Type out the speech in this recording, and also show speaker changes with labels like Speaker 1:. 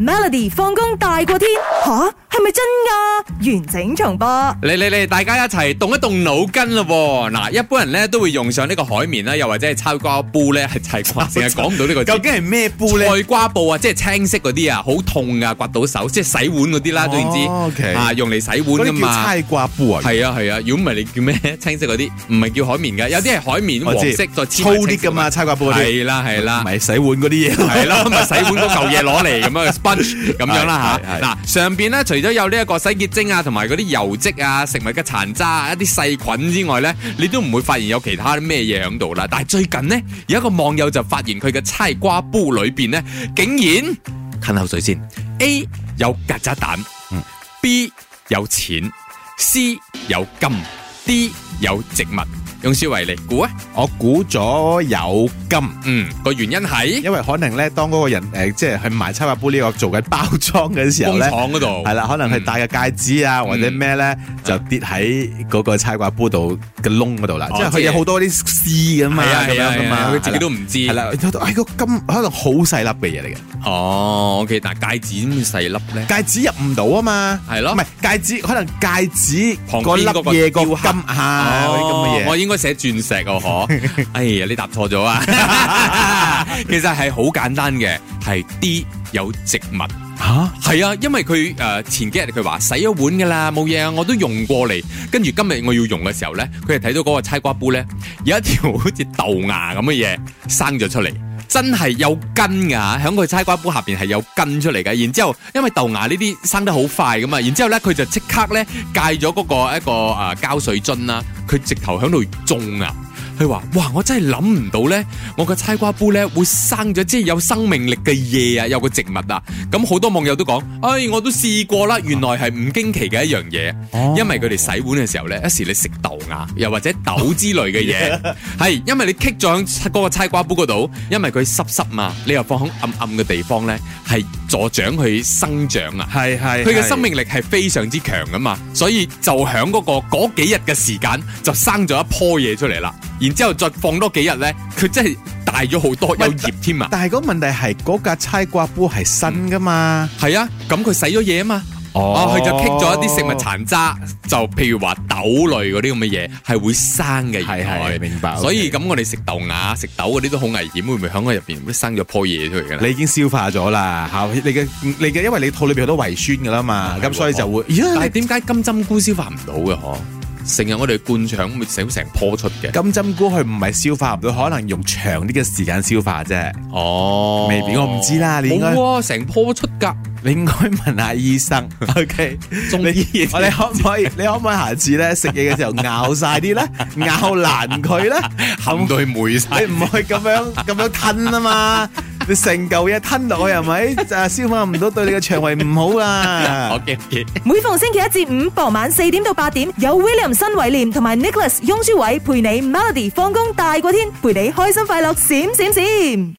Speaker 1: Melody 放工大過天吓，係咪真㗎？完整重播。
Speaker 2: 嚟嚟嚟，大家一齊動一動腦筋咯喎！嗱，一般人咧都會用上呢個海綿啦，又或者係抄瓜布咧，係砌 瓜，成日講唔到呢個字
Speaker 3: 究。竟係咩煲咧？
Speaker 2: 菜瓜布啊，即係青色嗰啲啊，好痛噶，刮到手，即係洗碗嗰啲啦，總言之、
Speaker 3: 哦，OK
Speaker 2: 啊，用嚟洗
Speaker 3: 嗰
Speaker 2: 碗噶
Speaker 3: 啲叫
Speaker 2: 嘛。
Speaker 3: 猜掛煲啊，
Speaker 2: 係啊係啊，如果唔係你叫咩 青色嗰啲，唔係叫海綿噶，有啲係海綿
Speaker 3: 我
Speaker 2: 黃
Speaker 3: 知
Speaker 2: 色再黐
Speaker 3: 哦粗
Speaker 2: 埋
Speaker 3: 啲
Speaker 2: 青色
Speaker 3: 噶嘛，猜掛煲嗰啲
Speaker 2: 係啦係啦
Speaker 3: 唔。係洗碗 嗰啲嘢。
Speaker 2: 系啦，咪洗碗嗰嚿嘢攞嚟咁樣 sponge 咁樣啦
Speaker 3: 係係
Speaker 2: 吓。嗱，上邊咧除咗有呢一個洗潔精啊，同埋嗰啲油漬啊、食物嘅殘渣啊、一啲細菌之外咧，你都唔會發現有其他咩嘢喺度啦。但係最近呢，有一個網友就發現佢嘅猜瓜煲裏邊呢，竟然吞口水先，A 有曱甴蛋，B 有錢，C 有金，D 有植物。用思維嚟估啊，
Speaker 3: 我估咗有金。
Speaker 2: 嗯，個原因喺
Speaker 3: 因為可能咧，當嗰個人誒、呃即係去賣七百杯呢個做緊包裝嘅時候
Speaker 2: 工
Speaker 3: 咧，
Speaker 2: 廠嗯嗰度
Speaker 3: 係啦，可能係戴嘅戒指啊，或者咩咧，就跌喺嗰個猜掛杯度嘅窿嗰度啦。
Speaker 2: 哦
Speaker 3: 即係佢
Speaker 2: 即係
Speaker 3: 有好多啲絲咁嘛，
Speaker 2: 係啊係
Speaker 3: 咁
Speaker 2: 啊
Speaker 3: 樣噶
Speaker 2: 係啊
Speaker 3: 嘛，
Speaker 2: 佢自己都唔知
Speaker 3: 係啦。哎個金可能好細粒嘅嘢嚟嘅，
Speaker 2: 哦，OK，但戒指點會細粒咧？
Speaker 3: 戒指入唔到啊嘛，
Speaker 2: 係咯
Speaker 3: 唔係戒指，可能戒指
Speaker 2: 旁
Speaker 3: 嗰
Speaker 2: 邊
Speaker 3: 粒
Speaker 2: 嗰個
Speaker 3: 嘢個
Speaker 2: 雕
Speaker 3: 金
Speaker 2: 刻
Speaker 3: 啊，嗰啲咁嘅嘢
Speaker 2: 哦我。應該寫鑽石哦， 嗬！哎呀，你答錯咗啊！其實係好簡單嘅，係 D 有植物。
Speaker 3: 嚇
Speaker 2: 係啊，因為佢誒、呃前幾日佢話洗咗碗噶啦，冇嘢啊，我都用過嚟。跟住今日我要用嘅時候咧，佢係睇到嗰個猜瓜煲咧有一條好似豆芽咁嘅嘢生咗出嚟，真係有根㗎，喺佢猜瓜煲下邊係有根出嚟嘅。然之後因為豆芽呢啲生得好快噶嘛，然之後咧佢就即刻咧戒咗嗰個一個誒膠水樽啦，佢直頭喺度種啊。佢話：哇！我真係諗唔到咧，我個猜瓜煲咧會生咗即係有生命力嘅嘢啊，有個植物啊。咁好多網友都講：哎，我都試過啦，原來係唔驚奇嘅一樣嘢。因為佢哋洗碗嘅時候咧，一時你食豆芽，又或者豆之類嘅嘢，係因為你棘咗喺嗰個猜瓜煲嗰度，因為佢濕濕嘛，你又放喺暗暗嘅地方咧，係助長佢生長啊。
Speaker 3: 係係
Speaker 2: 佢嘅生命力係非常之強噶嘛，所以就響嗰、個嗰幾日嘅時間就生咗一棵嘢出嚟啦。然之後再放多幾日咧，佢真係大咗好多，有葉添啊！
Speaker 3: 但係個問題係嗰架猜掛煲係新噶嘛，
Speaker 2: 係啊，咁佢洗咗嘢啊嘛，哦，佢就剔咗一啲食物殘渣，就譬如話豆類嗰啲咁嘅嘢係會生嘅，
Speaker 3: 係
Speaker 2: 原來
Speaker 3: 係明白
Speaker 2: 所以
Speaker 3: OK
Speaker 2: 咁我哋食豆芽、食豆嗰啲都好危險，會唔會響佢入邊生咗棵嘢出嚟嘅咧？
Speaker 3: 你已經消化咗啦，嚇你嘅你嘅，因為你肚裏邊好多胃酸噶啦嘛，
Speaker 2: 係喎
Speaker 3: 咁所以就會，
Speaker 2: 但係
Speaker 3: 咦，
Speaker 2: 點解金針菇消化唔到嘅？嗬，成日我哋灌腸咪整成棵出嘅。
Speaker 3: 金針菇佢唔係消化唔到，可能用長啲嘅時間消化啫。
Speaker 2: 哦
Speaker 3: Maybe，我唔知啦你應該
Speaker 2: 冇啊，成棵出噶，
Speaker 3: 你應該問下醫生，OK？
Speaker 2: 中
Speaker 3: 你
Speaker 2: 醫
Speaker 3: 我哋可唔可以？你可唔可以下次咧食嘢嘅時候咬晒啲咧，咬爛佢咧？
Speaker 2: 冚到佢霉晒。
Speaker 3: 你唔可以咁樣咁樣吞啊嘛！你成嚿嘢吞落去係咪？就消化唔到，對你嘅腸胃唔好啊！
Speaker 2: OK OK，
Speaker 1: 每逢星期一至五傍晚四點到八點，有 William 新偉廉同埋 Nicholas 雍舒偉陪你 Melody 放工大過天，陪你開心快樂閃閃閃。